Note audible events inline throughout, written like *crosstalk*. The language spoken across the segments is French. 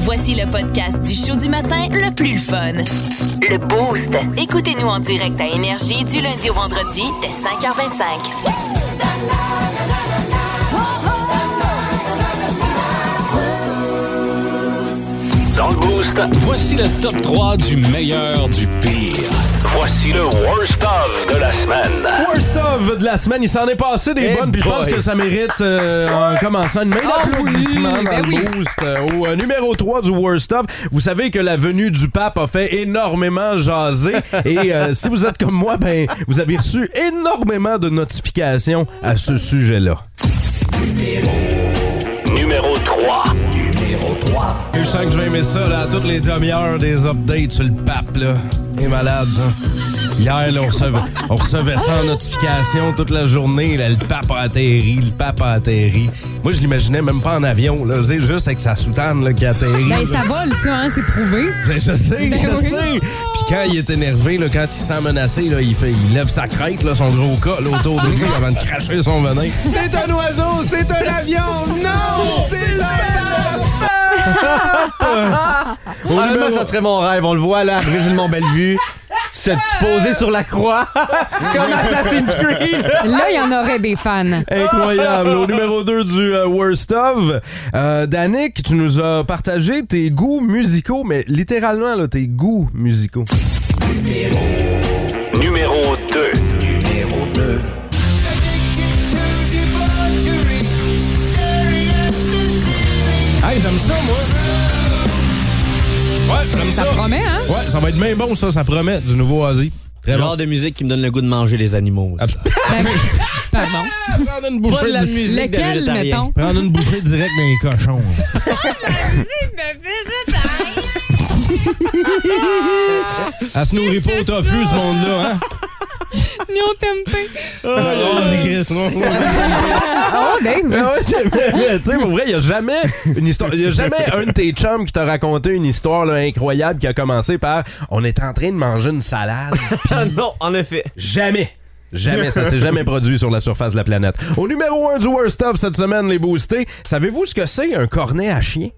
Voici le podcast du show du matin le plus le fun. Le Boost. Écoutez-nous en direct à Énergie du lundi au vendredi dès 5h25. Dans le boost, Voici le top 3 du meilleur du pire. voici le worst of de la semaine. Worst of de la semaine, il s'en est passé des Eh bonnes, puis je pense boy. que ça mérite, euh, en commençant, une main d'applaudissement Ah oui, dans ben le oui. boost. euh, Au euh, numéro 3 du Worst of, vous savez que la venue du pape a fait énormément jaser, *laughs* et euh, si vous êtes comme moi, ben vous avez reçu énormément de notifications à ce sujet-là. Numéro 3. Je sens que je vais aimer ça, là, à toutes les demi-heures des updates sur le pape, là. Il est malade, ça. Hier, là, on recevait, on recevait ça en notification toute la journée. Là, le pape a atterri, le pape a atterri. Moi, je l'imaginais même pas en avion, là. C'est juste avec sa soutane, là, qui atterrit. Ben, ça vole, ça, hein, c'est prouvé. Je sais, Ben je oui. sais. Puis quand il est énervé, là, quand il se sent menacé, là, il, fait, il lève sa crête, là, son gros cas là, autour de lui avant de cracher son venin. C'est un oiseau, c'est un avion. Non, c'est *laughs* le Honnêtement, ça serait mon rêve. On le voit là, à Brésil mont bellevue se poser sur la croix *laughs* comme Assassin's Creed. Là, il y en aurait des fans. Incroyable. Au numéro 2 du euh, Worst of, euh, Danick, tu nous as partagé tes goûts musicaux, mais littéralement, là, tes goûts musicaux. Numéro 2. Hey, j'aime ça, moi. Ouais, j'aime ça. Ça promet, hein? Ouais, ça va être bien bon, ça, ça promet, du nouveau Asie. Très bon. Genre de musique qui me donne le goût de manger les animaux. aussi. Ben, oui. Pardon. Prendre une Pas de la di- musique de Lequel, végétarien. *laughs* mettons? Prendre une bouchée directe dans les cochons. Elle se nourrit pas au tofu, ce monde-là, hein? Non, t'aimes pas. Oh, Chris, non. Oh, Dave. Ah ouais, j'aimais, mais *laughs* tu sais, pour vrai, il n'y a jamais une histoire. Il a jamais un de tes chums qui t'a raconté une histoire là, incroyable qui a commencé par On est en train de manger une salade. Ah non, en effet. jamais. Jamais, ça s'est jamais produit sur la surface de la planète. Au numéro 1 du Worst of cette semaine, les boostés, savez-vous ce que c'est un cornet à chien?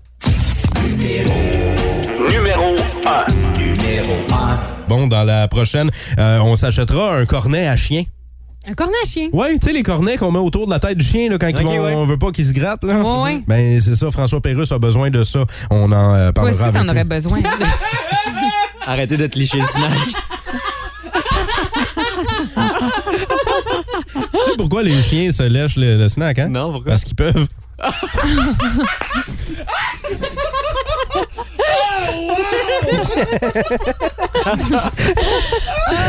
Numéro 1. Bon, dans la prochaine, euh, on s'achètera un cornet à chien. Un cornet à chien. Ouais, tu sais, les cornets qu'on met autour de la tête du chien là, quand ils Ok, vont- ouais. on veut pas qu'ils se grattent. Là. Ouais, ouais. Ben, c'est ça, François Pérusse a besoin de ça. On en euh, Toi parlera aussi, avec t'en lui. *laughs* aurais besoin. Arrêtez d'être *laughs* liché le snack. Tu sais pourquoi les chiens se lèchent le, le snack, hein? Non, pourquoi? Parce qu'ils peuvent. Pierre, hein? Denis,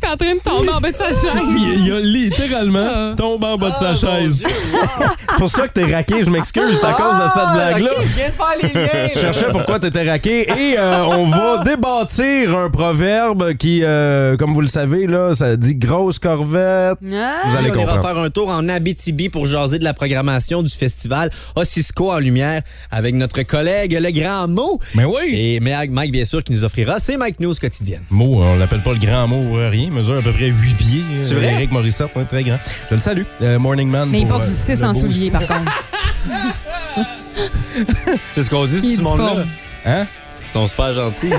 t'es en train de tomber en bas de sa chaise. Il, il a littéralement Ah. tombé en bas de sa chaise. C'est pour ça que t'es raqué, je m'excuse, c'est à cause de cette blague-là. Ah, ok, viens faire les liens. Je cherchais pourquoi t'étais raqué et euh, on va Ah. débattir un proverbe qui, euh, comme vous le savez, là, ça dit grosse corvette. Ah. Vous allez on ira comprendre. faire un tour en Abitibi pour jaser de la programmation du festival Ossisco en lumière avec notre collègue le grand mot. Mais oui! Et Mike, Mike, bien sûr, qui nous offrira ses Mike News quotidiennes. Mot, euh, on l'appelle pas le grand mot, euh, rien, mesure à peu près 8 pieds. C'est Euh, vrai? Eric Morissette, ouais, très grand. Je le salue, euh, Morning Man. Mais il pour, porte du euh, 6 le en boost. soulier, *laughs* par contre. C'est ce qu'on dit Il sur est ce monde-là. difforme. Hein? Ils sont super gentils.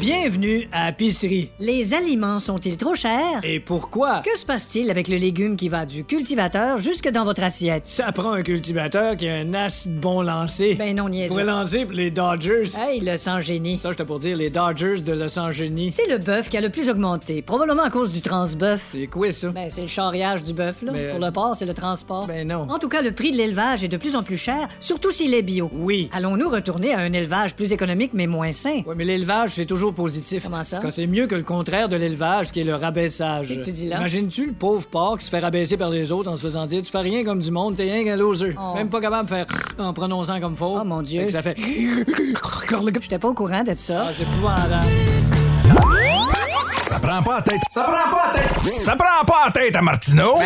Bienvenue à Pisserie. Les aliments sont-ils trop chers? Et pourquoi? Que se passe-t-il avec le légume qui va du cultivateur jusque dans votre assiette? Ça prend un cultivateur qui a un as de bon lancer. Ben Ah. non, niaiseux. Pour lancer pour les Dodgers. Hey, le sang-génie. Ça, j'étais pour dire les Dodgers de Los Angeles. C'est le bœuf qui a le plus augmenté, probablement à cause du transbœuf. C'est quoi ça? Ben, c'est le charriage du bœuf, là. Mais- euh, Pour le porc, c'est le transport. Ben non. En tout cas, le prix de l'élevage est de plus en plus cher, surtout s'il est bio. Oui. Allons-nous retourner à un élevage plus économique mais moins sain? Ouais, mais l'élevage, c'est toujours toujours positif. Comment ça? Quand c'est mieux que le contraire de l'élevage, qui est le rabaissage. Qu'est-ce que tu dis là? Imagines-tu le pauvre porc qui se fait rabaisser par les autres en se faisant dire Tu fais rien comme du monde, t'es rien qu'un loser. Oh. Même pas capable de faire en prononçant comme faux. Oh, mon Dieu. Fait que ça fait. J'étais pas au courant de ça. Ah, c'est épouvantable. Ça prend pas la tête. Ça prend pas la tête. Ça prend pas la tête à Martineau. Une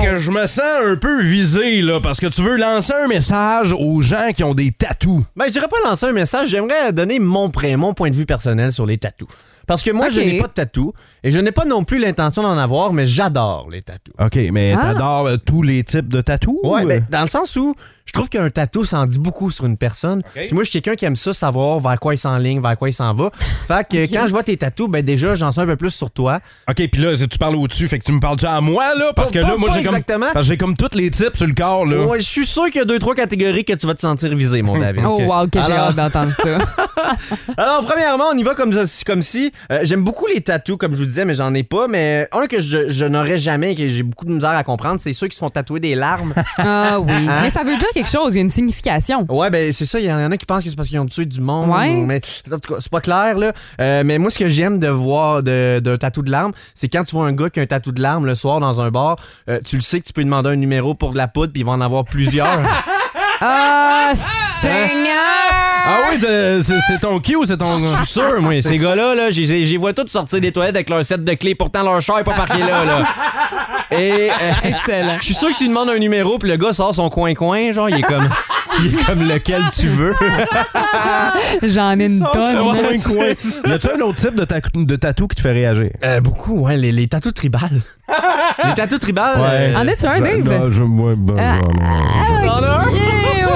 année que je me sens un peu visé, là, parce que tu veux lancer un message aux gens qui ont des tatous. Ben, je dirais pas lancer un message, j'aimerais donner mon, pré- mon point de vue personnel sur les tatous. Parce que moi, je Ok. n'ai pas de tatou et je n'ai pas non plus l'intention d'en avoir, mais j'adore les tatous. OK, mais Ah. t'adores euh, tous les types de tatous? euh? Ouais, ben, dans le sens où je trouve qu'un tatou s'en dit beaucoup sur une personne. Puis moi, je suis quelqu'un qui aime ça, savoir vers quoi il s'enligne, vers quoi il s'en va. Fait que quand je vois tes tatous, ben déjà, j'en sais un peu plus sur toi. OK, puis là, si tu parles au-dessus, fait que tu me parles-tu à moi, là? Parce Pas- que là, pas- moi, pas j'ai comme... exactement. Parce que j'ai comme tous les types sur le corps, là. Ouais, je suis sûr qu'il y a deux, trois catégories que tu vas te sentir visé, mon David. Oh, wow, que j'ai Alors- hâte d'entendre *laughs* ça. Alors, premièrement, on y va comme, ça- comme si. euh, J'aime beaucoup les tatous, comme je vous disais, mais j'en ai pas. Mais un que je, je n'aurais jamais, et que j'ai beaucoup de misère à comprendre, c'est ceux qui se font tatouer des larmes. Ah oui. Hein? Mais ça veut dire quelque chose, il y a une signification. ouais, ben c'est ça. Il y en a qui pensent que c'est parce qu'ils ont tué du monde. Ouais. ou- Mais en tout cas, c'est pas clair, là. Euh, mais moi, ce que j'aime de voir de- d'un tatou de larmes, c'est quand tu vois un gars qui a un tatou de larmes le soir dans un bar, euh, tu le sais que tu peux lui demander un numéro pour de la poudre, puis il va en avoir plusieurs. Ah, Seigneur! Ah oui, c'est c'est ton qui ou c'est ton... Je suis sûr, moi, ces gars-là, là, j'ai- j'ai- j'y vois tous sortir des toilettes avec leur set de clés. Pourtant, leur char est pas parqué là, là. Et euh, Excellent. je suis sûr que tu demandes un numéro, puis le gars sort son coin-coin, genre, il est comme. Il est comme lequel tu veux. J'en ai une tonne. y a-tu un autre type de, ta- de tatou qui te fait réagir? Euh, beaucoup, ouais, les, les tatous tribales. Les tatous tribales. euh, Ah En as-tu un, Je- Dave? non, je- ouais, ben, Ah, j'en ai un. Ah, ok, ouais, ouais.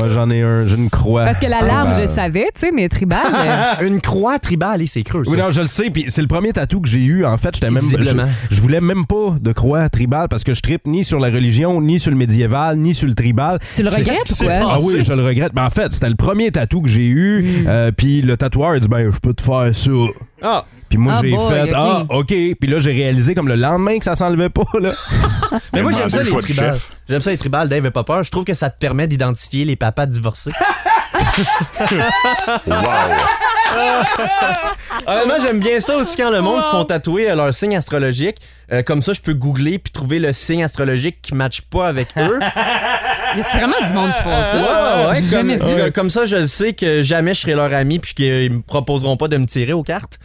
Ouais, j'en ai un. J'ai une croix. Parce que la larme, Ah, je ben. savais, tu sais, mais tribal. *laughs* euh, Une croix tribale, et c'est creux. ça. Oui, non, je le sais, puis c'est le premier tatou que j'ai eu. En fait, j'étais même Visiblement. je, je voulais même pas de croix tribale parce que je tripe ni sur la religion, ni sur le médiéval, ni sur le tribal. Tu le C'est- regrettes c'est- ou quoi? Ah oui, je le regrette. Mais en fait, c'était le premier tatou que j'ai eu, Hmm. euh, puis le tatoueur a dit ben je peux te faire ça. Ah, Puis moi Ah j'ai boy, fait ok. ah OK, puis là j'ai réalisé comme le lendemain que ça s'enlevait pas là. mais moi, j'aime Demandez ça, le les choix du tribales. chef. J'aime ça, les tribales, Dave, et pas peur. Je trouve que ça te permet d'identifier les papas divorcés. Wow. Honnêtement, j'aime bien ça aussi quand le monde se font tatouer euh, leur signe astrologique. Euh, comme ça, je peux googler puis trouver le signe astrologique qui matche pas avec *laughs* eux. Y a-tu vraiment du monde qui font ça? J'ai comme, jamais vu. euh, comme ça, je le sais que jamais je serai leur ami puis qu'ils me proposeront pas de me tirer aux cartes.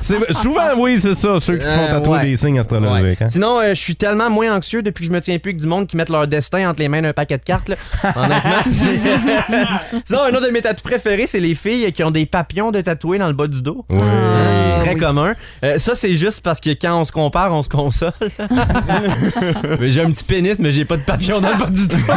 C'est- souvent oui, c'est ça, ceux qui se font Euh, tatouer ouais. des signes astrologiques. hein. Sinon, euh, je suis tellement moins anxieux depuis que je me tiens plus avec du monde qui mettent leur destin entre les mains d'un paquet de cartes. *laughs* Là. Honnêtement, c'est- *laughs* Sinon, un autre de mes tatous préférés, c'est les filles qui ont des papillons de tatoués dans le bas du dos. Ah, Très oui. commun. Euh, ça, c'est juste parce que quand on se compare, on se *laughs* console. Mais j'ai un petit pénis, mais j'ai pas de papillon dans le bas *laughs* du doigt.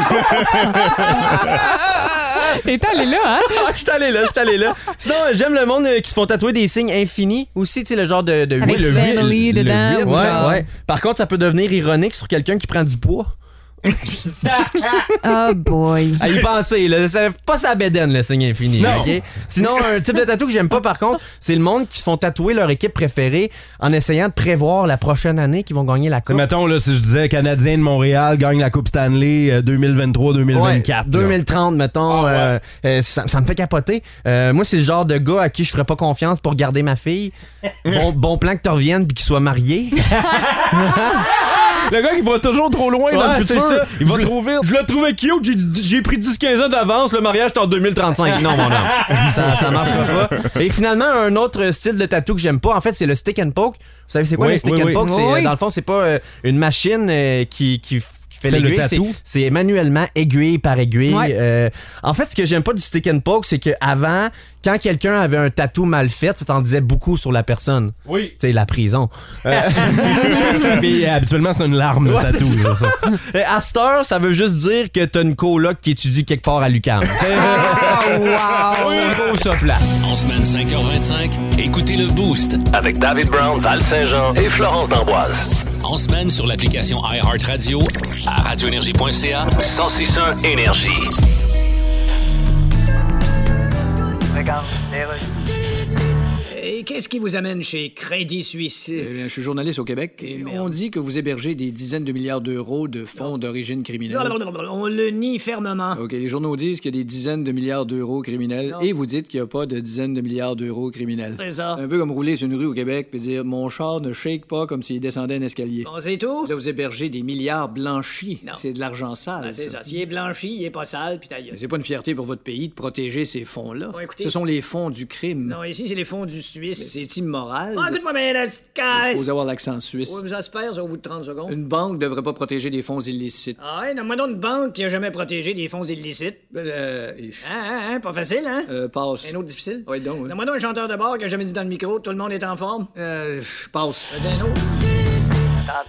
T'es allé là, hein? Ah, Je suis allé là, je suis allé là. Sinon, euh, j'aime le monde euh, qui se font tatouer des signes infinis aussi, tu sais, le genre de, de Avec huit, le huit, family le dedans, huit, ou genre- ouais, ouais. Par contre, ça peut devenir ironique sur quelqu'un qui prend du poids. *laughs* Oh boy. *laughs* À y penser, là. C'est pas sa bédaine, le signe infini. Non. ok? Sinon, un type de tatou que j'aime pas, par contre, c'est le monde qui se font tatouer leur équipe préférée en essayant de prévoir la prochaine année qu'ils vont gagner la Tu sais, Coupe. Mettons, là, si je disais Canadien de Montréal gagne la Coupe Stanley euh, 2023-2024. Ouais, là. Ah, 2030, mettons. euh, euh, ça, ça me fait capoter. Euh, moi, c'est le genre de gars à qui je ferais pas confiance pour garder ma *laughs* fille. Bon, bon plan que tu reviennes puis qu'il soit marié. *laughs* Le gars qui va toujours trop loin dans le Ouais, futur. c'est ça. Il va Je- trop vite. Je le trouvais cute, j'ai- j'ai pris 10-15 ans d'avance, le mariage est en 2035. Non, mon homme. Ça, ça marchera pas. Et finalement, un autre style de tatou que j'aime pas, en fait, c'est le stick and poke. Vous savez, c'est quoi Oui, le stick oui, and oui. poke? C'est, euh, Oui. Dans le fond, c'est pas euh, une machine euh, qui. qui f- qui fait Fait le l'aiguille, c'est, tatou. c'est manuellement aiguille par aiguille. Ouais. Euh, en fait, ce que j'aime pas du stick and poke, c'est qu'avant, quand quelqu'un avait un tatou mal fait, ça t'en disait beaucoup sur la personne. Oui. Tu sais, la prison. *laughs* Puis, euh, habituellement, c'est une larme, le Ouais, tatou. c'est là, ça. Euh, À cette heure, ça veut juste dire que t'as une coloc qui étudie quelque part à l'UQAM. Ah, wow. Je trouve ça plat. En semaine 5h25, écoutez le Boost. Avec David Brown, Val Saint-Jean et Florence D'Amboise. En semaine sur l'application iHeartRadio à radioénergie.ca. 1061 Énergie. Hey, Et qu'est-ce qui vous amène chez Crédit Suisse? Eh bien, je suis journaliste au Québec et on dit que vous hébergez des dizaines de milliards d'euros de fonds d'origine criminelle. Blablabla, On le nie fermement. OK, les journaux disent qu'il y a des dizaines de milliards d'euros criminels et vous dites qu'il n'y a pas de dizaines de milliards d'euros criminels. C'est ça. un peu comme rouler sur une rue au Québec et dire mon char ne shake pas comme s'il descendait un escalier. Bon, c'est tout? Là, vous hébergez des milliards blanchis. C'est de l'argent sale. Ah, c'est ça. ça. S'il est blanchi, il est pas sale, puis ta gueule. Mais c'est pas une fierté pour votre pays de protéger ces fonds-là. Bon, écoutez- Ce sont les fonds du crime. Non, ici, c'est les fonds du Suisse. C'est immoral. Ah, écoute-moi bien, la Vous sky! supposez avoir l'accent suisse. Ouais, mais ça se perd ça, au bout de 30 secondes. Une banque devrait pas protéger des fonds illicites. Ah ouais, nomme-moi donc une banque qui a jamais protégé des fonds illicites. Euh, et- Hein, hein, hein, pas facile, hein? euh, passe. Un autre difficile? Ouais, donc. hein. Nomme-moi donc un chanteur de bar que j'ai jamais dit dans le micro, tout le monde est en forme. Euh, je passe. Vas-y, un autre.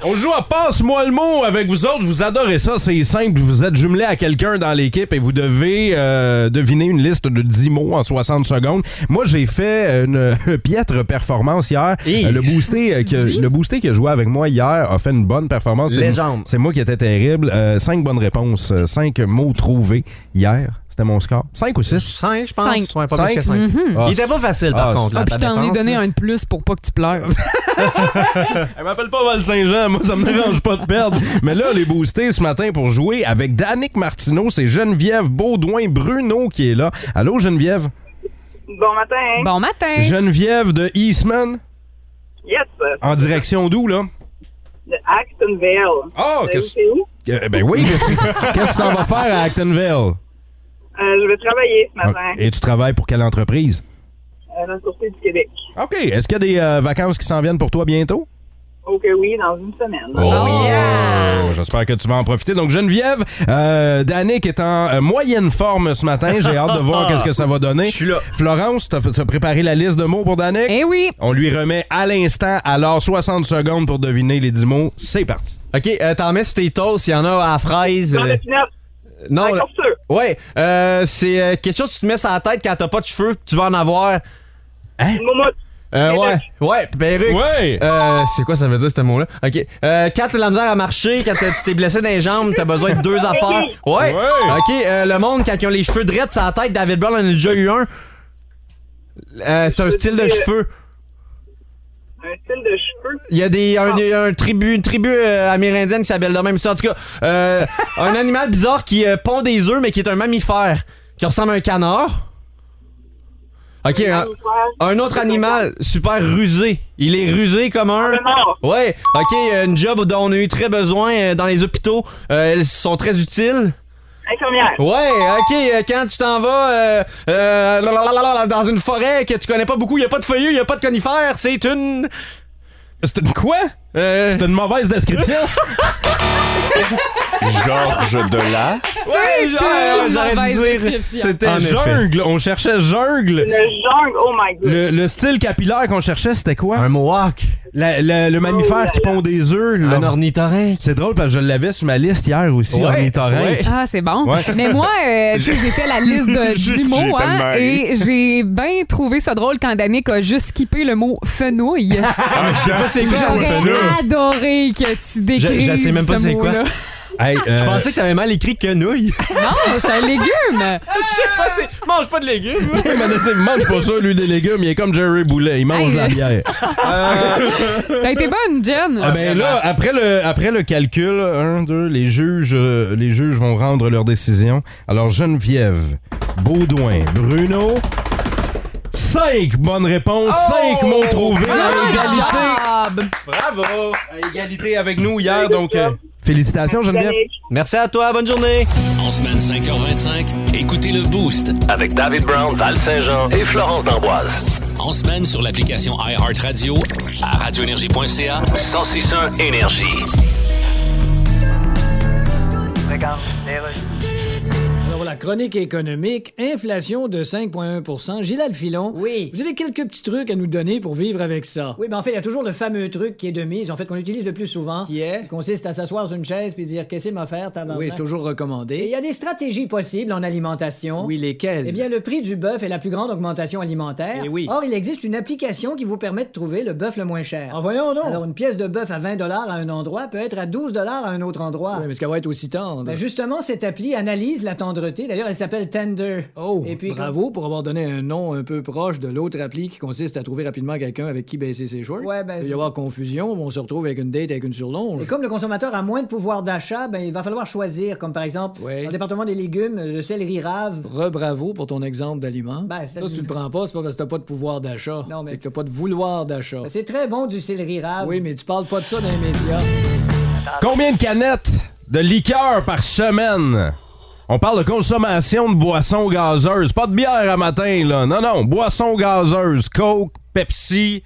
On joue à Passe-moi le mot avec vous autres. Vous adorez ça, c'est simple. Vous êtes jumelé à quelqu'un dans l'équipe et vous devez euh, deviner une liste de 10 mots en 60 secondes. Moi, j'ai fait une *laughs* piètre performance hier. Euh, le, boosté, euh, que, le boosté qui a joué avec moi hier a fait une bonne performance. C'est- Légende. C'est moi qui étais terrible. Euh, cinq bonnes réponses, euh, cinq mots trouvés hier. C'était mon score. Cinq ou six? 5, je pense. Cinq. Mm-hmm. Ouais, pas plus Cinq? que cinq. Ah, Il était pas facile, Ah, par c'est- contre. là, Ah, puis je ta t'en ai défense, donné là. un de plus pour pas que *laughs* tu pleures. Elle m'appelle pas Val Saint-Jean, moi ça me dérange pas de perdre. Mais là, les boostés ce matin pour jouer avec Danick Martineau, c'est Geneviève Baudouin Bruno qui est là. Allô Geneviève? Bon matin. Bon matin. Geneviève de Eastman, Yes. en direction d'où là? De Actonville. Ah, Vous savez qu'est-ce- c'est où? Euh, ben oui, qu'est-ce *laughs* qu'est-ce que ça va faire à Actonville? Euh, je vais travailler ce matin Et tu travailles pour quelle entreprise? à la Sûreté du Québec. OK, est-ce qu'il y a des euh, vacances qui s'en viennent pour toi bientôt? Ok, oui, dans une semaine. Oh, J'espère que tu vas en profiter. Donc, Geneviève, euh, Danick est en euh, moyenne forme ce matin. J'ai hâte de *laughs* voir qu'est-ce que ça va donner. Je suis là. Florence, t'as as préparé la liste de mots pour Danick? Eh oui. On lui remet à l'instant, alors 60 secondes pour deviner les 10 mots. C'est parti. Ok, euh, t'en mets sur tes toasts, il y en a à la fraise. Dans euh, le final, non, la là- coursure. ouais, euh, c'est euh, quelque chose que tu te mets sur la tête quand t'as pas de cheveux, tu vas en avoir. Hein? Moi, moi, Euh, ouais, ouais, ben, perruque. Ouais! Euh, c'est quoi ça veut dire ce mot-là? Ok. Euh, quand t'as de la misère à marcher, quand t'as- tu t'es blessé dans les jambes, t'as besoin de deux affaires. Ouais. Ouais. Ok. euh, le monde, quand ils ont les cheveux drettes sur la tête, David Brown en a déjà eu un. Euh, c'est un style de cheveux. un style de cheveux. Ah. Il y a des, un, un tribu, une tribu euh, amérindienne qui s'appelle de même ça. En tout cas, euh, un animal bizarre qui euh, pond des œufs, mais qui est un mammifère, qui ressemble à un canard. Ok, un, un autre animal super rusé. Il est rusé comme un. Le mort. Ouais, ok, euh, une job dont on a eu très besoin euh, dans les hôpitaux. Euh, elles sont très utiles. Infirmière. Ouais, ok, euh, quand tu t'en vas euh, euh, la, la, la, la, la, dans une forêt que tu connais pas beaucoup, il a pas de feuillus, il a pas de conifères, c'est une... C'est une quoi? euh, C'est une *laughs* mauvaise description. Georges Dela, ouais, genre, euh, une j'aurais dû mauvaise dire. description. En C'était effet. jungle. On cherchait jungle. Le jungle, oh my god. Le, le style capillaire qu'on cherchait, c'était quoi? Un mohawk, La- la- le Oh mammifère qui pond des œufs. un là. ornithorynque. C'est drôle parce que je l'avais sur ma liste hier aussi, Ouais, ornithorynque. ouais. Ah, c'est bon. Ouais. Mais moi, *laughs* euh, tu sais, j'ai fait la liste J'ai- de 10 j'ai mots hein, tellement ri. et j'ai bien trouvé ça drôle quand Danick a juste skippé le mot *laughs* fenouil. Ah, je sais pas *laughs* c'est quoi. J'aurais adoré que tu décrives Je- je sais même pas ce c'est mot-là. Hey, euh, Je pensais que t'avais mal écrit quenouille. Non, c'est *laughs* un légume. Je sais pas, c'est... Mange pas de légumes. mais là, c'est- il mange pas ça, lui, des légumes. Il est comme Jerry Boulet. Il mange Hey, de la euh, bière. T'as été bonne, Jen. Ah ben là, après le, après le calcul, un, deux, les juges, euh, les juges vont rendre leur décision. Alors, Geneviève, Baudouin, Bruno. Cinq bonnes réponses, Oh! cinq mots trouvés Ah! ben, à égalité. job. Bravo. À égalité avec nous hier, donc euh, félicitations Geneviève. Danick. Merci à toi, bonne journée. En semaine 5h25, écoutez le Boost. Avec David Brown, Val Saint-Jean et Florence D'Amboise. En semaine sur l'application iHeartRadio à radioénergie.ca. 1061 Énergie. Alors, la chronique économique, inflation de 5,1 Gilal Filon. Oui. Vous avez quelques petits trucs à nous donner pour vivre avec ça. Oui, ben en fait, il y a toujours le fameux truc qui est de mise, en fait, qu'on utilise le plus souvent. Qui est? consiste à s'asseoir sur une chaise puis dire qu'est-ce que m'a faire, tabarnak. Oui, c'est toujours Et il recommandé. y a des stratégies possibles en alimentation. Oui, lesquels? Eh bien, le prix du bœuf est la plus grande augmentation alimentaire. Eh oui. Or, il existe une application qui vous permet de trouver le bœuf le moins cher. En Ah, voyons donc. Alors, une pièce de bœuf à 20 à un endroit peut être à 12 à un autre endroit. Ouais, mais ce qu'elle va être aussi tendre. Ben, justement, cette appli analyse la tendreté appli. D'ailleurs, elle s'appelle Tender. Oh, Et puis, Bravo pour avoir donné un nom un peu proche de l'autre appli qui consiste à trouver rapidement quelqu'un avec qui baisser ses shorts. Ouais, ben, Il peut y c'est- avoir confusion, on se retrouve avec une date avec une surlonge. Et comme le consommateur a moins de pouvoir d'achat, ben, il va falloir choisir, comme par exemple, dans le département des légumes, le céleri rave. Re-bravo pour ton exemple d'aliment. Ben, c'est- ça, tu le prends pas, c'est pas parce que t'as pas de pouvoir d'achat. Non, mais- C'est que t'as pas de vouloir d'achat. Ben, C'est très bon du céleri rave. Oui, mais tu parles pas de ça dans les médias. Combien de canettes de liqueur par semaine? On parle de consommation de boissons gazeuses. Pas de bière à matin, là. Non, non. Boissons gazeuses. Coke, Pepsi,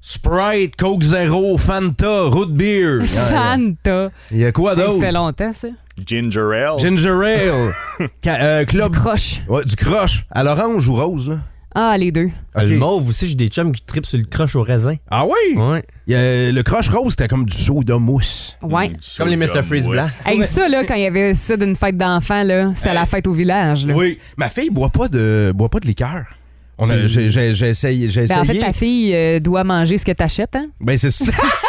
Sprite, Coke Zero, Fanta, Root Beer. Fanta. Il y a quoi d'autre? C'est longtemps, ça. Ginger ale. Ginger Ale. Ca- euh, club... Du croche. Ouais, du croche. À l'orange ou rose, là? Ah, les deux. Le mauve aussi, j'ai des chums qui tripent sur le croche au raisin. Ah oui? Il y a- le croche rose, c'était comme du soda mousse. Ouais. Comme les Mr. Freeze blancs. Hey, ça, là, quand il y avait ça d'une fête d'enfants, là, c'était la fête au village, là. Oui. Ma fille boit pas de boit pas de liqueur. On a, j'ai, j'ai- j'ai essayé. J'ai Ben, en fait, essayé. ta fille euh, doit manger ce que t'achètes, hein? Ben, c'est ça. *laughs*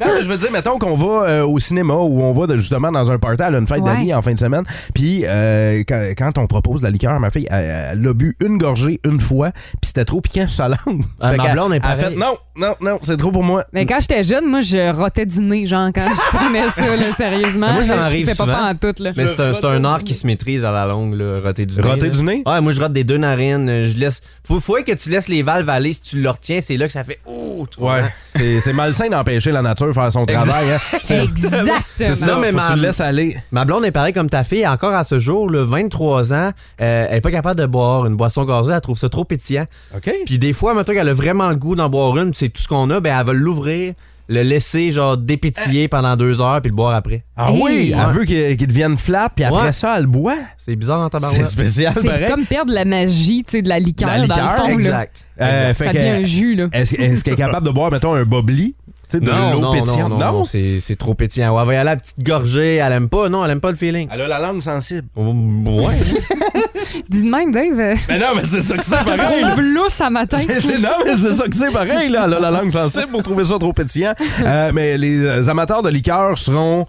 Non, mais je veux dire, mettons qu'on va euh, au cinéma ou on va de- justement dans un party à une fête Ouais. d'amis en fin de semaine. Puis euh, quand, quand on propose de la liqueur, ma fille, elle, elle a bu une gorgée une fois, puis c'était trop piquant sur sa langue. Ah, Fait ma qu'elle- blonde est elle a fait pareille. non, non, non, c'est trop pour moi. Mais Ben, quand j'étais jeune, moi, je rotais du nez, genre, quand je prenais ça, là, sérieusement. moi, ça je m'arrive fais souvent. pas pantoute, là. Mais c'est un, c'est un art qui se maîtrise à la longue, là, roter du nez. Roter là. du nez? Ouais, moi je rote des deux narines. euh, Je laisse. Faut, faut que tu laisses les valves aller. Si tu le retiens, c'est là que ça fait. Ouh! tu Ouais, comprends? *laughs* c'est, c'est malsain d'empêcher la nature de faire son Exact- travail. hein. C'est- Exactement. *laughs* C'est ça, Non, mais mais ma- tu le laisses aller. Ma blonde est pareille comme ta fille, encore à ce jour, là, 23 ans, euh, elle est pas capable de boire une boisson gazeuse, elle trouve ça trop pétillant. OK. Puis des fois, maintenant qu'elle a vraiment le goût d'en boire une, puis c'est tout ce qu'on a, ben elle va l'ouvrir, le laisser genre dépétiller pendant deux heures, puis le boire après. Ah oui, Hey. elle veut qu'il, qu'il devienne flat, puis après Ouais. ça, elle boit. C'est bizarre en C'est tabarouette. spécial, C'est pareil. comme perdre la magie, tu sais, de la liqueur, La dans liqueur, le fond, là. Exact. Euh, fait Ça que- devient un jus, là. Est-ce est-ce qu'elle est capable de boire, mettons, un bobli? Tu sais, de l'eau pétillante? non, non, c'est c'est trop pétillant. Elle va y aller à la petite gorgée, elle aime pas, non, elle aime pas le feeling. Elle a la langue sensible. *laughs* Ouais. *laughs* Dis de même, Dave. Mais non, mais c'est ça que c'est pareil. Trop bleu ça matin. *laughs* C'est- c'est- non, *laughs* mais c'est ça que c'est pareil, là. Elle a la langue sensible pour trouver ça trop pétillant. Euh, mais les euh, amateurs de liqueur seront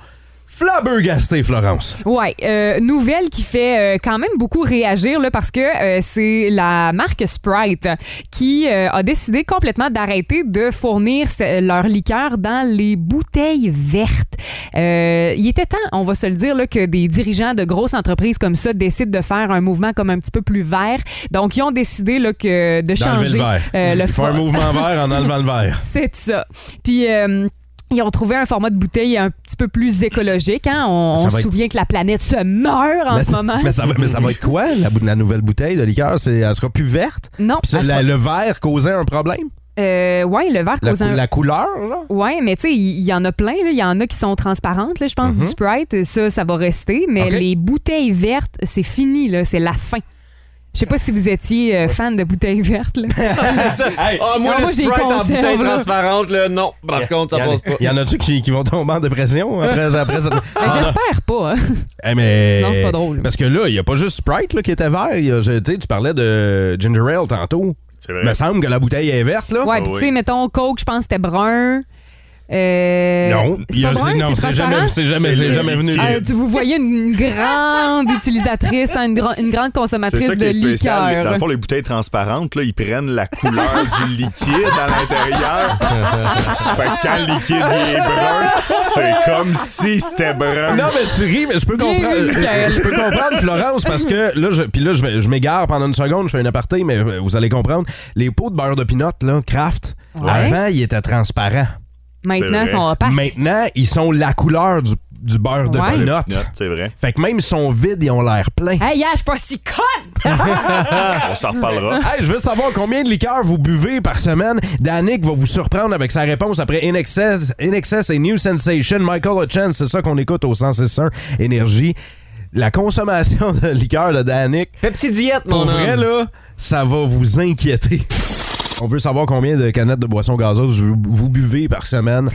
flabbergastés, Florence. Ouais, euh, nouvelle qui fait euh, quand même beaucoup réagir là, parce que euh, c'est la marque Sprite qui euh, a décidé complètement d'arrêter de fournir ce- leur liqueur dans les bouteilles vertes. Euh, Il était temps, on va se le dire, là, que des dirigeants de grosses entreprises comme ça décident de faire un mouvement comme un petit peu plus vert. Donc, ils ont décidé là, que de D'enlever changer le verre. euh, le Ils font fo- un mouvement vert en enlevant le verre. c'est ça. Puis. euh, ils ont trouvé un format de bouteille un petit peu plus écologique. hein. On, Ça on va se être- souvient que la planète se meurt *laughs* en mais, ce moment. mais ça va, mais ça va être quoi, la, bou- la nouvelle bouteille de liqueur? C'est- Elle sera plus verte? Non. Puis ça, elle la- sera- le verre causait un problème? Euh, ouais, le verre La, cause cou- un... la couleur, genre? Ouais, mais tu sais, il il y, en a plein. là. Il y en a qui sont transparentes, là, je pense, du Sprite. Ça, ça va rester. Mais Mhm. Ok. les bouteilles vertes, c'est fini. là. C'est la fin. Je sais pas si vous étiez euh, fan de bouteilles vertes. *laughs* là. Ah, moi, Moi, le j'ai Sprite en conserve, bouteille là. transparente, là, non. Par contre, ça passe pas. Il y en a-tu qui, qui vont tomber en dépression après, après cette. *laughs* Ben, J'espère pas. hein. *laughs* Eh, mais... Sinon, c'est pas drôle. Parce que là, il n'y a pas juste Sprite là, qui était vert. il y a- je- tu sais, tu parlais de Ginger Ale tantôt. C'est Il me vrai. semble que la bouteille est verte, là. Ouais, puis tu sais, oui. mettons, Coke, je pense que c'était brun. Euh, Non, c'est il y a- pas brun, c'est- non, c'est c'est transparent? jamais, c'est jamais, c'est C'est- jamais venu. c'est- Ah, tu vous voyez une grande utilisatrice, hein, une, gra- une grande C'est consommatrice ça qui de est spécial. les- Dans liqueur. le fond, les bouteilles transparentes, là, ils prennent la couleur du liquide à l'intérieur. fait que quand le liquide il est brun, c'est comme si c'était brun. Euh, Non, mais tu ris, mais je peux Bien comprendre. euh, vu, Michael. Je peux comprendre, Florence, parce que là, je, puis là, je, vais- je m'égare pendant une seconde, je fais une aparté, mais euh, vous allez comprendre. Les pots de beurre de pinot, là, Kraft, avant, ils étaient transparents. Maintenant, ils C'est sont vrai. opaques. Maintenant, ils sont la couleur du, du beurre de Ouais. pinot. Non, Ah, C'est vrai. Fait que même ils sont vides, ils ont l'air pleins. Hey, yeah, je suis pas si conne! On s'en reparlera. Hey, je veux savoir combien de liqueurs vous buvez par semaine. Danick va vous surprendre avec sa réponse après In Excess, In Excess et New Sensation. Michael Chance, c'est ça qu'on écoute au 106.1 Énergie. La consommation de liqueurs de Danick, Pepsi Diète, mon pour vrai, homme. là, ça va vous inquiéter. On veut savoir combien de canettes de boissons gazeuses vous, vous buvez par semaine.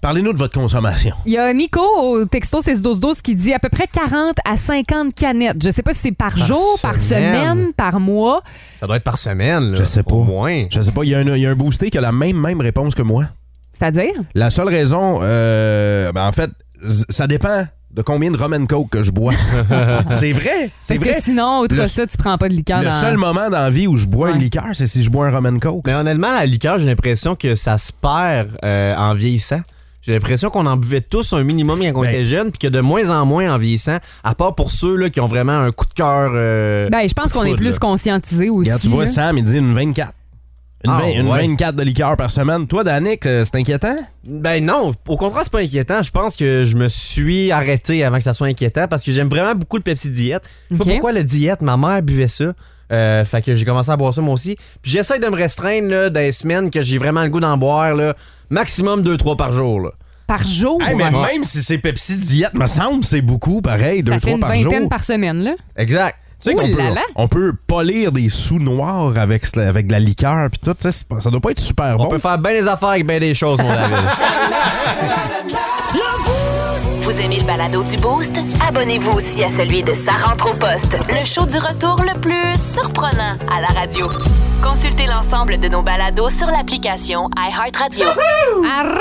Parlez-nous de votre consommation. Il y a Nico au texto 61212 qui dit à peu près 40 à 50 canettes. Je sais pas si c'est par, Par jour, par semaine. semaine, par mois. Ça doit être par semaine, là. Je sais pas. Au moins. Je sais pas, il y, a un- il y a un boosté qui a la même, même réponse que moi. C'est-à-dire? La seule raison, euh, ben en fait, z- ça dépend de combien de rum and coke que je bois. Ah. c'est vrai, c'est Parce vrai. que sinon, outre Le- ça, tu prends pas de liqueur le *laughs* dans... seul moment dans la vie où je bois une liqueur, c'est si je bois un Roman Coke. Mais honnêtement, la liqueur, j'ai l'impression que ça se perd euh, en vieillissant. J'ai l'impression qu'on en buvait tous un minimum quand on Ben était jeune, puis que de moins en moins en vieillissant, à part pour ceux là, qui ont vraiment un coup de cœur. euh, Ben, je coup pense de qu'on est foudre, plus là. conscientisé aussi. hein? Quand tu vois là. Sam, il dit une 24. Une, Ah, 20 une ouais. 24 de liqueur par semaine. Toi, Danick, euh, c'est inquiétant? Ben non, au contraire, c'est pas inquiétant. Je pense que je me suis arrêté avant que ça soit inquiétant parce que j'aime vraiment beaucoup le Pepsi Diète. Je sais Ok. pas pourquoi le diète, ma mère buvait ça. Euh, fait que j'ai commencé à boire ça moi aussi. Puis j'essaie de me restreindre là, dans les semaines que j'ai vraiment le goût d'en boire là, maximum 2-3 par jour. Là. Par jour. Hey, mais même si c'est Pepsi Diète, me semble, c'est beaucoup, pareil, ça deux, fait trois une par jour. Ah, vingtaine par semaine, là. Exact. Tu sais qu'on Ouh peut, là là. on peut polir des sous noirs avec, ce- avec de la liqueur puis tout, tu sais, c'est pas- ça doit pas être super On bon. peut faire bien des affaires avec bien des choses, mon David. Vous aimez le balado du Boost? Abonnez-vous aussi à celui de Sa rentre au poste, le show du retour le plus surprenant à la radio. Consultez l'ensemble de nos balados sur l'application iHeartRadio. Arriba!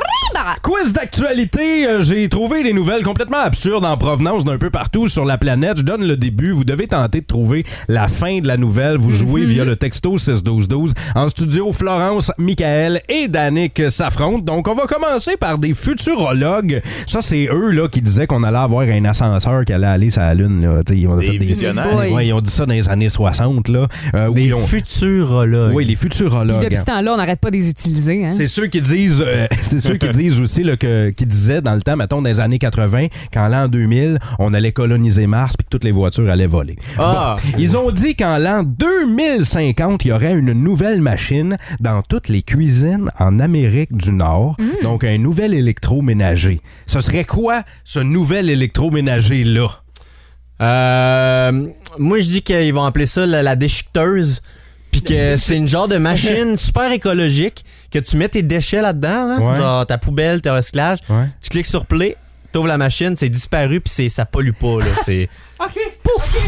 Quiz d'actualité, euh, j'ai trouvé des nouvelles complètement absurdes en provenance d'un peu partout sur la planète. Je donne le début, vous devez tenter de trouver la fin de la nouvelle. Vous jouez via le texto 61212. En studio, Florence, Michael et Danick s'affrontent. Donc, on va commencer par des futurologues. Ça, c'est eux là qui disaient qu'on allait avoir un ascenseur qui allait aller sur la Lune. Là. Tu sais, Ils, ont fait Des visionnaires. Boy. Ouais, ils ont dit ça dans les années 60. Là, euh, où ils ont- futurologues. Oui, les futurologues. Puis depuis ce temps-là, on n'arrête pas de les utiliser. Hein? C'est ceux qui disent, euh, *laughs* c'est ceux qui disent aussi là, que, qui disaient dans le temps, mettons, des années 80, qu'en l'an 2000, on allait coloniser Mars puis que toutes les voitures allaient voler. Ah. Bon, ils ont dit qu'en l'an 2050, il y aurait une nouvelle machine dans toutes les cuisines en Amérique du Nord. Donc, un nouvel électroménager. Ce serait quoi ce nouvel électroménager-là? Euh, moi, je dis qu'ils vont appeler ça la, la déchiqueteuse. Puis *laughs* que c'est une genre de machine super écologique que tu mets tes déchets là-dedans, là, Ouais. genre ta poubelle, tes recyclages. Ouais. Tu cliques sur play, t'ouvres la machine, c'est disparu, puis c'est- ça pollue pas. Là, *laughs* c'est...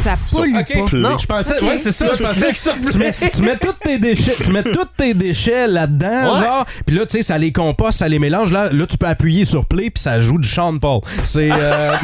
Ça pollue pas. Non, je pensais, ouais, c'est ça, Toi, je tu pensais. cliques sur Tu mets, tu mets tous tes déchets, tu mets tous tes déchets là-dedans, Ouais. genre, puis là, tu sais, ça les composte, ça les mélange. Là, là, tu peux appuyer sur play, puis ça joue du Sean Paul. C'est, euh, *laughs*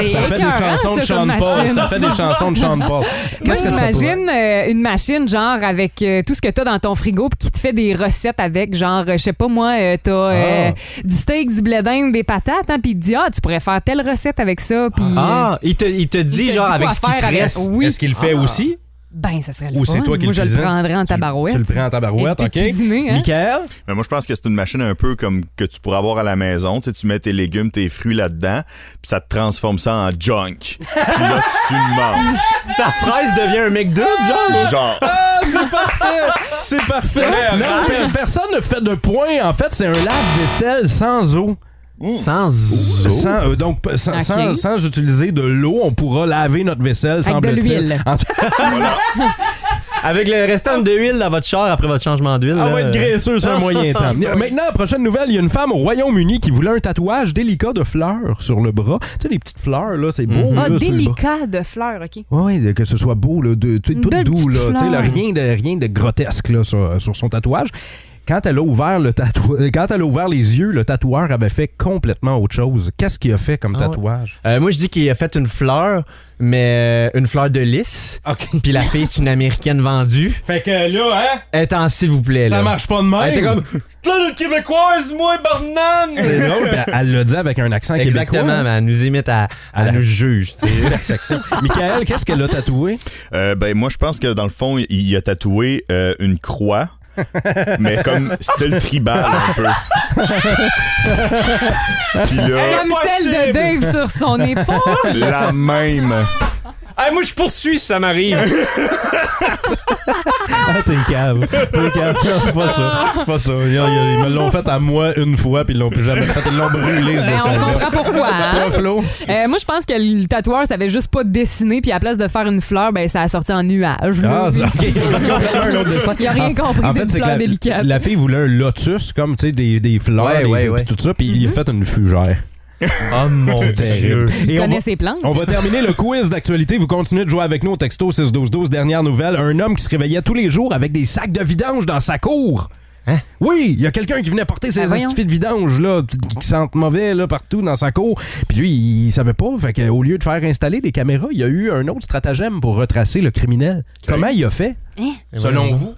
C'est ça fait des écœurant, chansons de ça, Sean comme Paul. machine. Ça fait des *laughs* chansons de Sean Paul. Moi, Qu'est-ce que ça pourrait- j'imagine euh, une machine, genre, avec euh, tout ce que t'as dans ton frigo, puis qui te fait des recettes avec, genre, euh, je sais pas moi, euh, t'as euh, Ah. du steak, du blé d'Inde, des patates, hein, puis il te dit, ah, tu pourrais faire telle recette avec ça, puis. euh, Ah, il te, il te dit, te genre, dit avec quoi ce qui te faire avec- reste. Oui. Ah. Est-ce qu'il le fait aussi? Ben, ça serait le Ou fun. c'est toi qui Moi, le je le cuisines? prendrais en Tu- Tu tabarouette. le prends en tabarouette, Invité OK? cuisiner, hein? Michael? Mais moi, je pense que c'est une machine un peu comme que tu pourrais avoir à la maison. Tu, sais, tu mets tes légumes, tes fruits là-dedans, puis ça te transforme ça en junk. Puis là, tu le manges. Ta fraise devient un McDo, genre. là. Genre, Ah, c'est parfait! C'est parfait! Non, mais personne ne fait de point. En fait, c'est un lave-vaisselle sans eau. Sans eau. Sans, euh, donc, p- sans, Ok. sans- sans utiliser de l'eau, on pourra laver notre vaisselle, Avec de semble-t-il. l'huile. En- Avec le restant de huile dans votre char après votre changement d'huile. *laughs* On là. va être graisseux sur un moyen temps. *laughs* Maintenant, prochaine nouvelle, il y a une femme au Royaume-Uni qui voulait un tatouage délicat de fleurs sur le bras. Tu sais, les petites fleurs, là, c'est beau, Ah, là, sur le bras. délicat de fleurs, OK. Oui, que ce soit beau, là, de, tu sais, Une tout belle doux, petite là, tu sais, là, fleur. rien, de, rien de grotesque là, sur, sur son tatouage. Quand elle, a ouvert le tatou- euh, *laughs* Quand elle a ouvert les yeux, le tatoueur avait fait complètement autre chose. Qu'est-ce qu'il a fait comme Ah ouais. tatouage? Euh, moi, je dis qu'il a fait une fleur, mais euh, une fleur de lys. OK. Puis la fille, c'est une américaine vendue. Fait que là, hein, Elle est en s'il vous plaît. là. pas de Elle était Hein, comme. Plein de Québécoise, moi, Barnum! *laughs* C'est drôle, puis elle l'a dit avec un accent Exactement, mais québécois. elle nous imite, à, À la- elle nous juge, tu *laughs* sais. Perfection. Michael, qu'est-ce qu'elle a tatoué? euh, ben, moi, je pense que dans le fond, il a tatoué euh, une croix, mais comme style tribal un peu. Puis là, Comme celle de Dave sur son *laughs* épaule. la même. moi, je poursuis si ça m'arrive. Ah, t'es cave. T'es cave. Non, c'est pas ça. C'est pas ça. Ils, ils- ils me l'ont fait à moi une fois, puis ils l'ont plus jamais fait. Ils l'ont brûlé, ce Ben, on comprend dessin-là. *laughs* pourquoi. hein? Toi, Flo? Euh, moi, je pense que le tatoueur savait juste pas dessiner, puis à la place de faire une fleur, ben, ça a sorti en nuage. là. *laughs* Ah, *laughs* c'est- ok. Complètement un autre dessin. Il a rien En- compris En fait, d'une c'est que fleur la, délicate. la fille voulait un lotus, comme, tu sais, des, des fleurs, Ouais, des- ouais, puis ouais. tout ça, puis il a fait une fougère. *laughs* Oh mon C'est dieu. terrible. Il Et on connaît va- ses plantes. *laughs* On va terminer le quiz d'actualité. Vous continuez de jouer avec nous au texto 61212. Dernière nouvelle, un homme qui se réveillait tous les jours avec des sacs de vidange dans sa cour. Hein? Oui, il y a quelqu'un qui venait Ah, porter ses Ben voyons. astifiés de vidange là, qui- qui sentent mauvais là, partout dans sa cour. Puis lui, il savait pas. Fait que, au lieu de faire installer des caméras, il y a eu un autre stratagème pour retracer le criminel. Comment il a fait? Selon vous?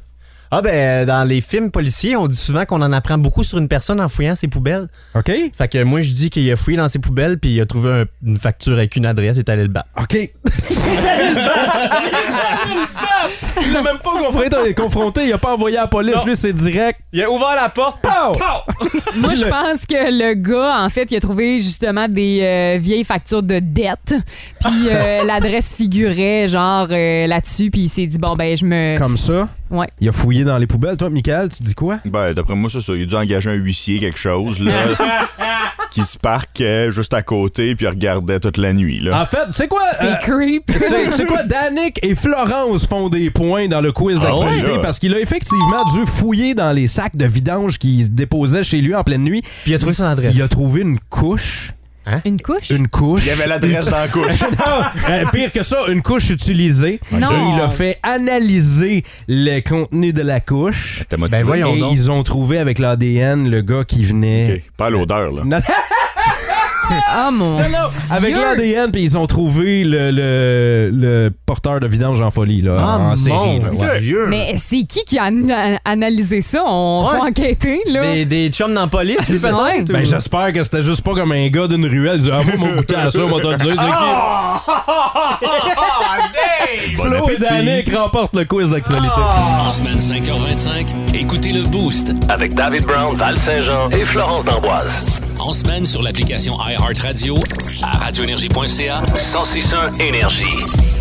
Ah ben, dans les films policiers, on dit souvent qu'on en apprend beaucoup sur une personne en fouillant ses poubelles. OK. Fait que moi, je dis qu'il a fouillé dans ses poubelles puis il a trouvé un- une facture avec une adresse et est allé le battre. OK. Il l'a même pas confronté, confronté, il a pas envoyé à la police, lui c'est direct. Oh! Il a ouvert la porte, pow! Moi, je pense que le gars, en fait, il a trouvé justement des euh, vieilles factures de dette. Puis *laughs* euh, l'adresse figurait, genre, euh, là-dessus. Puis il s'est dit, bon, ben, je me. Comme ça, Ouais. il a fouillé dans les poubelles. Toi, Michael, tu dis quoi? Ben, d'après moi, c'est ça. Il a dû engager un huissier, quelque chose, là, qui se parquait juste à côté puis regardait toute la nuit, là. En fait, tu sais quoi? C'est creep. Euh, tu sais- tu sais quoi? Danick et Florence font des points dans le quiz Ah d'actualité ouais, là? parce qu'il a effectivement dû fouiller dans les sacs de vidange qui se déposaient chez lui en pleine nuit. Puis il a trouvé son adresse. Il a trouvé une couche. Une couche? Une couche. Il y avait l'adresse dans la couche. *laughs* Non, euh, pire que ça, une couche utilisée. Non. Et Il a fait analyser le contenu de la couche. Ben T'es motivé? et ils ont trouvé avec l'ADN le gars qui venait. OK. Pas à l'odeur, là. *laughs* Non, Ah, mon. non, non, avec Dieu. l'ADN, puis ils ont trouvé le, le- le porteur de vidange en folie, là, en série. là, ouais. Mais c'est qui qui a an- a- analysé ça? On va Ouais. enquêter, là. Des, des chums dans la police, lui, Ouais. peut-être? Ben, j'espère que c'était juste pas comme un gars d'une ruelle. Du, ah, moi, mon goûter à ça, on va te le dire. C'est qui? Bon Flo et appétit. Danick remportent le quiz d'actualité. En semaine 5h25, écoutez le Boost. Avec David Brown, Val Saint-Jean et Florence D'Amboise. En semaine sur l'application iHeartRadio à radioénergie.ca. 1061 Énergie.